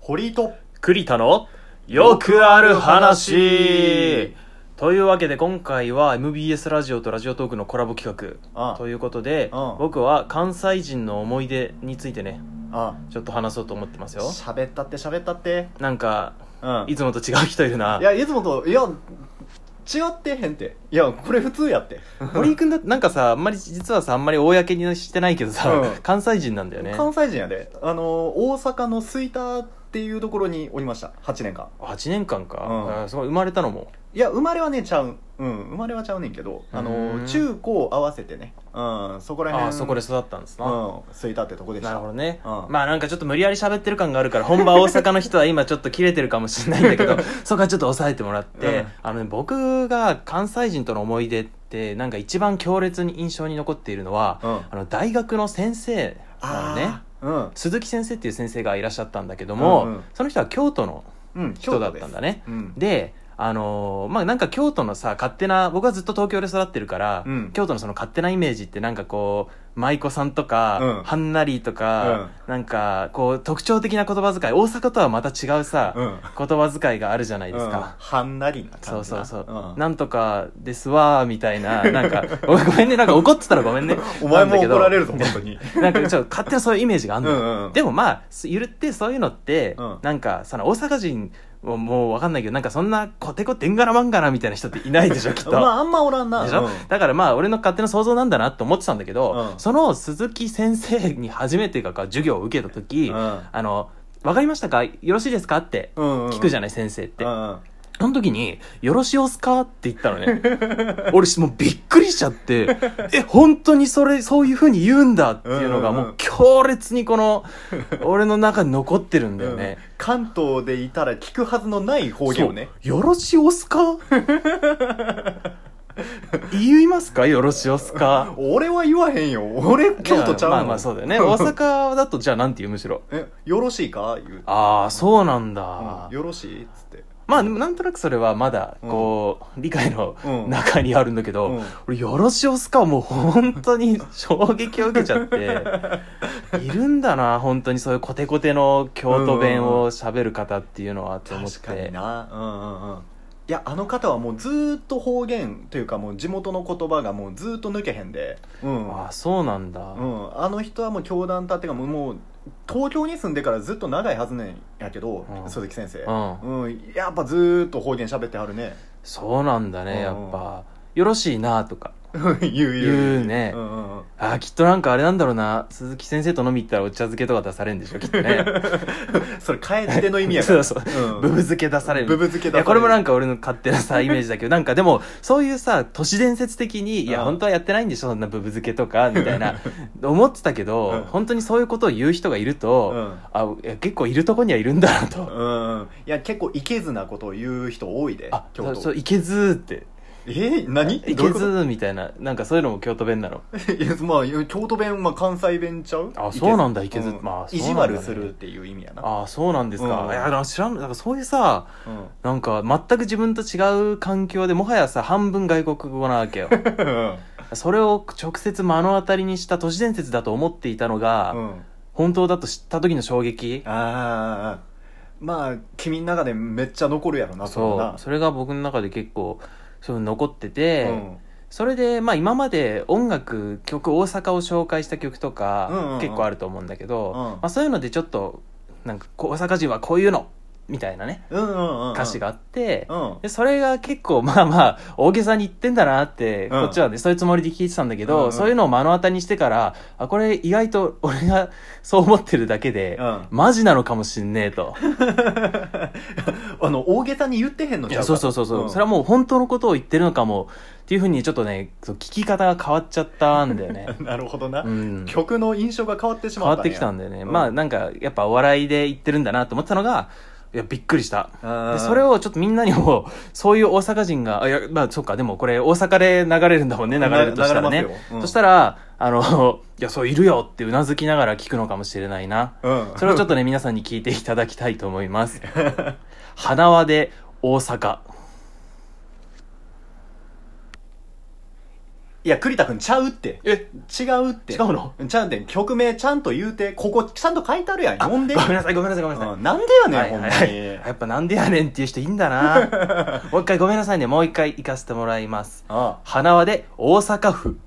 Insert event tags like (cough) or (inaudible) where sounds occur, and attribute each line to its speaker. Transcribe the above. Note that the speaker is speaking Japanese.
Speaker 1: 堀井と
Speaker 2: 栗田のよくある話というわけで今回は MBS ラジオとラジオトークのコラボ企
Speaker 1: あ
Speaker 2: 画
Speaker 1: あ
Speaker 2: ということで
Speaker 1: うん
Speaker 2: 僕は関西人の思い出についてね
Speaker 1: あ
Speaker 2: ちょっと話そうと思ってますよ
Speaker 1: 喋ったって喋ったって
Speaker 2: なんか
Speaker 1: うん
Speaker 2: いつもと違う人いるない
Speaker 1: やいつもといや違ってへんっていやこれ普通やって
Speaker 2: 堀井君だってなんかさあんまり実はさあんまり公にしてないけどさ、
Speaker 1: うん
Speaker 2: 関西人 (laughs) なんだよね
Speaker 1: 関西人やであの大阪の吹田っていうところにおりました8年間
Speaker 2: 8年間か、
Speaker 1: うん
Speaker 2: あーすごい生まれたのも
Speaker 1: いや生まれはねちゃううん生まれはちゃうねんけどあ
Speaker 2: う
Speaker 1: の
Speaker 2: ん
Speaker 1: 中高合わせてねうんそこら
Speaker 2: あ
Speaker 1: 辺
Speaker 2: あそこで育ったんですな、
Speaker 1: うん吹田ってとこでした
Speaker 2: なるほどね、
Speaker 1: うん
Speaker 2: まあなんかちょっと無理やり喋ってる感があるか
Speaker 1: (laughs)
Speaker 2: ら本場大阪の人は今ちょっと切れてるかもしれないんだけどそこはちょっと抑えてもらっ
Speaker 1: う
Speaker 2: て、
Speaker 1: ん
Speaker 2: あのね僕が関西人との思い出ってなんか一番強烈に印象に残っているのは、
Speaker 1: うん
Speaker 2: あの大学の先生なのね
Speaker 1: あー
Speaker 2: 鈴木先生っていう先生がいらっしゃったんだけども、
Speaker 1: うんうん
Speaker 2: その人は京都の
Speaker 1: うんうん
Speaker 2: 人だったんだね
Speaker 1: うん
Speaker 2: であのーまあなんか京都のさ勝手な僕はずっと東京で育ってるから、
Speaker 1: うん
Speaker 2: 京都のその勝手なイメージってなんかこう舞妓さんとか、
Speaker 1: うん
Speaker 2: はんなりとか、なんかこう特徴的な言葉遣い大阪とはまた違うさ、
Speaker 1: うん
Speaker 2: 言葉遣いがあるじゃないです
Speaker 1: うん
Speaker 2: か、
Speaker 1: はんなりな感じ
Speaker 2: そう
Speaker 1: な
Speaker 2: そうそう、
Speaker 1: ん
Speaker 2: なんとかですわーみたいななんかごめんねなんか怒ってたらごめんね
Speaker 1: (laughs) お前
Speaker 2: なんだ
Speaker 1: も
Speaker 2: けど
Speaker 1: 怒られるぞ本当に
Speaker 2: (laughs) なんかちょっと勝手なそういうイメージがあんのよ、
Speaker 1: うんうん
Speaker 2: でもまあすゆるってそういうのって、
Speaker 1: うん
Speaker 2: なんかその大阪人ももうわかんないけどなんかそんなコテコテんがらまんがらみたいな人っていないでしょきっと、
Speaker 1: (laughs) まああんまおらんな
Speaker 2: でしょ、
Speaker 1: うん
Speaker 2: だからまあ俺の勝手な想像なんだなと思ってたんだけど、
Speaker 1: うん
Speaker 2: その鈴木先生に初めてが授業を受けた時、
Speaker 1: うん
Speaker 2: あの「わかりましたかよろしいですか?」って聞くじ
Speaker 1: ゃん
Speaker 2: ゃない先生って、
Speaker 1: うんうん
Speaker 2: その時に「よろしおすか?」って言ったのね (laughs) 俺もうびっくりしちゃってえ本当にそれそういうふうに言うんだっていうのが
Speaker 1: うんうんう
Speaker 2: も
Speaker 1: ん
Speaker 2: う強烈にこの俺の中に残ってるんだよね
Speaker 1: うん、関東でいたら聞くはずのない方言をね
Speaker 2: そうよろしおすか
Speaker 1: (laughs)
Speaker 2: 言いますかよろしおすか
Speaker 1: 俺は言わへんよ俺 (laughs) 京都ちゃう
Speaker 2: い
Speaker 1: の
Speaker 2: やまあまあそうだよね大阪だとじゃあなんて言う
Speaker 1: (laughs)
Speaker 2: むしろ
Speaker 1: えよろしいか言う
Speaker 2: ああそうなんだ、
Speaker 1: うんよろしいっつって
Speaker 2: まあでもなんとなくそれはまだこう、理解の
Speaker 1: うん
Speaker 2: 中にあるんだけど、
Speaker 1: うん
Speaker 2: 俺よろしおすかもう本当に衝撃を受けちゃ
Speaker 1: (laughs)
Speaker 2: っているんだな本当にそういうコテコテの京都弁を喋る方っていうのはと思っ
Speaker 1: 確か
Speaker 2: て
Speaker 1: になうんうんうんいやあの方はもうずーっと方言というかもう地元の言葉がもうずーっと抜けへんでうん
Speaker 2: ああそうなんだ、
Speaker 1: うん、あの人はもう教団立ってかもうもう東京に住んでからずっと長いはずねんやけど、
Speaker 2: うん
Speaker 1: 鈴木先生、
Speaker 2: う
Speaker 1: うんやっぱずーっと方言喋ってはるね
Speaker 2: そうなんだねやっぱ、よろしいなとか
Speaker 1: 言う言う
Speaker 2: (laughs) 言うね
Speaker 1: うんうんうん
Speaker 2: ああきっとなんかあれなんだろうな鈴木先生と飲み行ったらお茶漬けとか出されるんでしょきっとね
Speaker 1: (laughs) それえっての意味やか
Speaker 2: そ
Speaker 1: ら
Speaker 2: う (laughs) そう、
Speaker 1: うん
Speaker 2: ブブ漬け出される
Speaker 1: ブブ漬け
Speaker 2: いやこれもなん
Speaker 1: か
Speaker 2: か俺の勝手なさイメージだけどなんかでもそういうさ都市伝説的に「いや
Speaker 1: うん
Speaker 2: 本当はやってないんでしょそんなブブ漬け
Speaker 1: (laughs)
Speaker 2: とか」みたいな思ってたけど、
Speaker 1: うん
Speaker 2: 本当にそういうことを言う人がいると、
Speaker 1: うん
Speaker 2: あいや結構いるとこにはいるんだなと、
Speaker 1: うんうんいや結構いけずなことを言う人多いで
Speaker 2: あ
Speaker 1: 京
Speaker 2: そう
Speaker 1: 都
Speaker 2: そういけずーって
Speaker 1: えー、何
Speaker 2: い
Speaker 1: どうい
Speaker 2: け
Speaker 1: うこ
Speaker 2: ずーみたいななんかそういうのも京都弁なの
Speaker 1: と (laughs) いやまあ京都弁、まあ、関西弁ちゃう
Speaker 2: あそうなんだいけず
Speaker 1: うん
Speaker 2: まあそう
Speaker 1: 意
Speaker 2: なん
Speaker 1: 地
Speaker 2: だね
Speaker 1: 悪するっていう意味やな
Speaker 2: ああそうなんですか、
Speaker 1: うん
Speaker 2: いやだから知らんだからそういうさ
Speaker 1: うん
Speaker 2: なんか全く自分と違う環境でもはやさ半分外国語なわ
Speaker 1: (laughs)
Speaker 2: けよそれを直接目の当たりにした都市伝説だと思っていたのが、
Speaker 1: うん
Speaker 2: 本当だと知った時の衝撃
Speaker 1: ああまあ君の中でめっちゃ残るやろなれ
Speaker 2: そ
Speaker 1: な
Speaker 2: うそれが僕の中で結構そういうの残ってて、
Speaker 1: うん
Speaker 2: それでまあ今まで音楽曲大阪を紹介した曲と
Speaker 1: うんうんう
Speaker 2: か
Speaker 1: ん
Speaker 2: 結構あると思うんだけど、
Speaker 1: うん
Speaker 2: まあ、そういうのでちょっとなんかこう大阪人はこういうのみたいなね
Speaker 1: うんうんうん
Speaker 2: 歌詞があって、
Speaker 1: うん
Speaker 2: でそれが結構まあまあ大げさに言ってんだなって、
Speaker 1: ん
Speaker 2: こっちはねそういうつもりで聞いてたんだけど、
Speaker 1: うんうん
Speaker 2: そういうのを目の当たりにしてからあこれ意外と俺がそう思ってるだけで、
Speaker 1: うん (laughs)
Speaker 2: マジなのかもしんねえと。
Speaker 1: あの大げさに言ってへんの
Speaker 2: い
Speaker 1: ちゃ
Speaker 2: や
Speaker 1: うか
Speaker 2: そうそうそうそう、
Speaker 1: ん
Speaker 2: それはもう本当のことを言ってるのかもっていうふうにちょっとねそう聞き方が変わっちゃったんだ (laughs) よね
Speaker 1: (laughs) なるほどな、
Speaker 2: うん
Speaker 1: 曲の印象が変わってし
Speaker 2: 変
Speaker 1: ま
Speaker 2: わ
Speaker 1: った
Speaker 2: ってきたん
Speaker 1: だ
Speaker 2: だよね、
Speaker 1: うん
Speaker 2: まあなんかやっぱお笑いで言ってるんだなと思ってたのがいやびっくりした
Speaker 1: あー
Speaker 2: でそれをちょっとみんなにもそういう大阪人があいやまあそっかでもこれ大阪で流れるんだもんね流れるとしたらね
Speaker 1: 流れますようん
Speaker 2: そしたらあの (laughs) いやそういるよってうなずきながら聞くのかもしれないな
Speaker 1: うん
Speaker 2: それをちょっとね皆さんに聞いていただきたいと思います (laughs) 花輪で大阪
Speaker 1: 「いや栗田君ちゃうって
Speaker 2: え
Speaker 1: 違うって
Speaker 2: 違うの
Speaker 1: ちゃうって曲名ちゃんと言うてここちゃんと書いてあるやん読んで
Speaker 2: ごめんなさいごめんなさいごめんなさい、
Speaker 1: うんなんでやねん、
Speaker 2: はいはい
Speaker 1: ほんまに
Speaker 2: やっぱなんでやねんっていう人いいん
Speaker 1: (laughs)
Speaker 2: だなもう一回ごめんなさいねもう一回行かせてもらいます
Speaker 1: あ
Speaker 2: 花輪で大阪府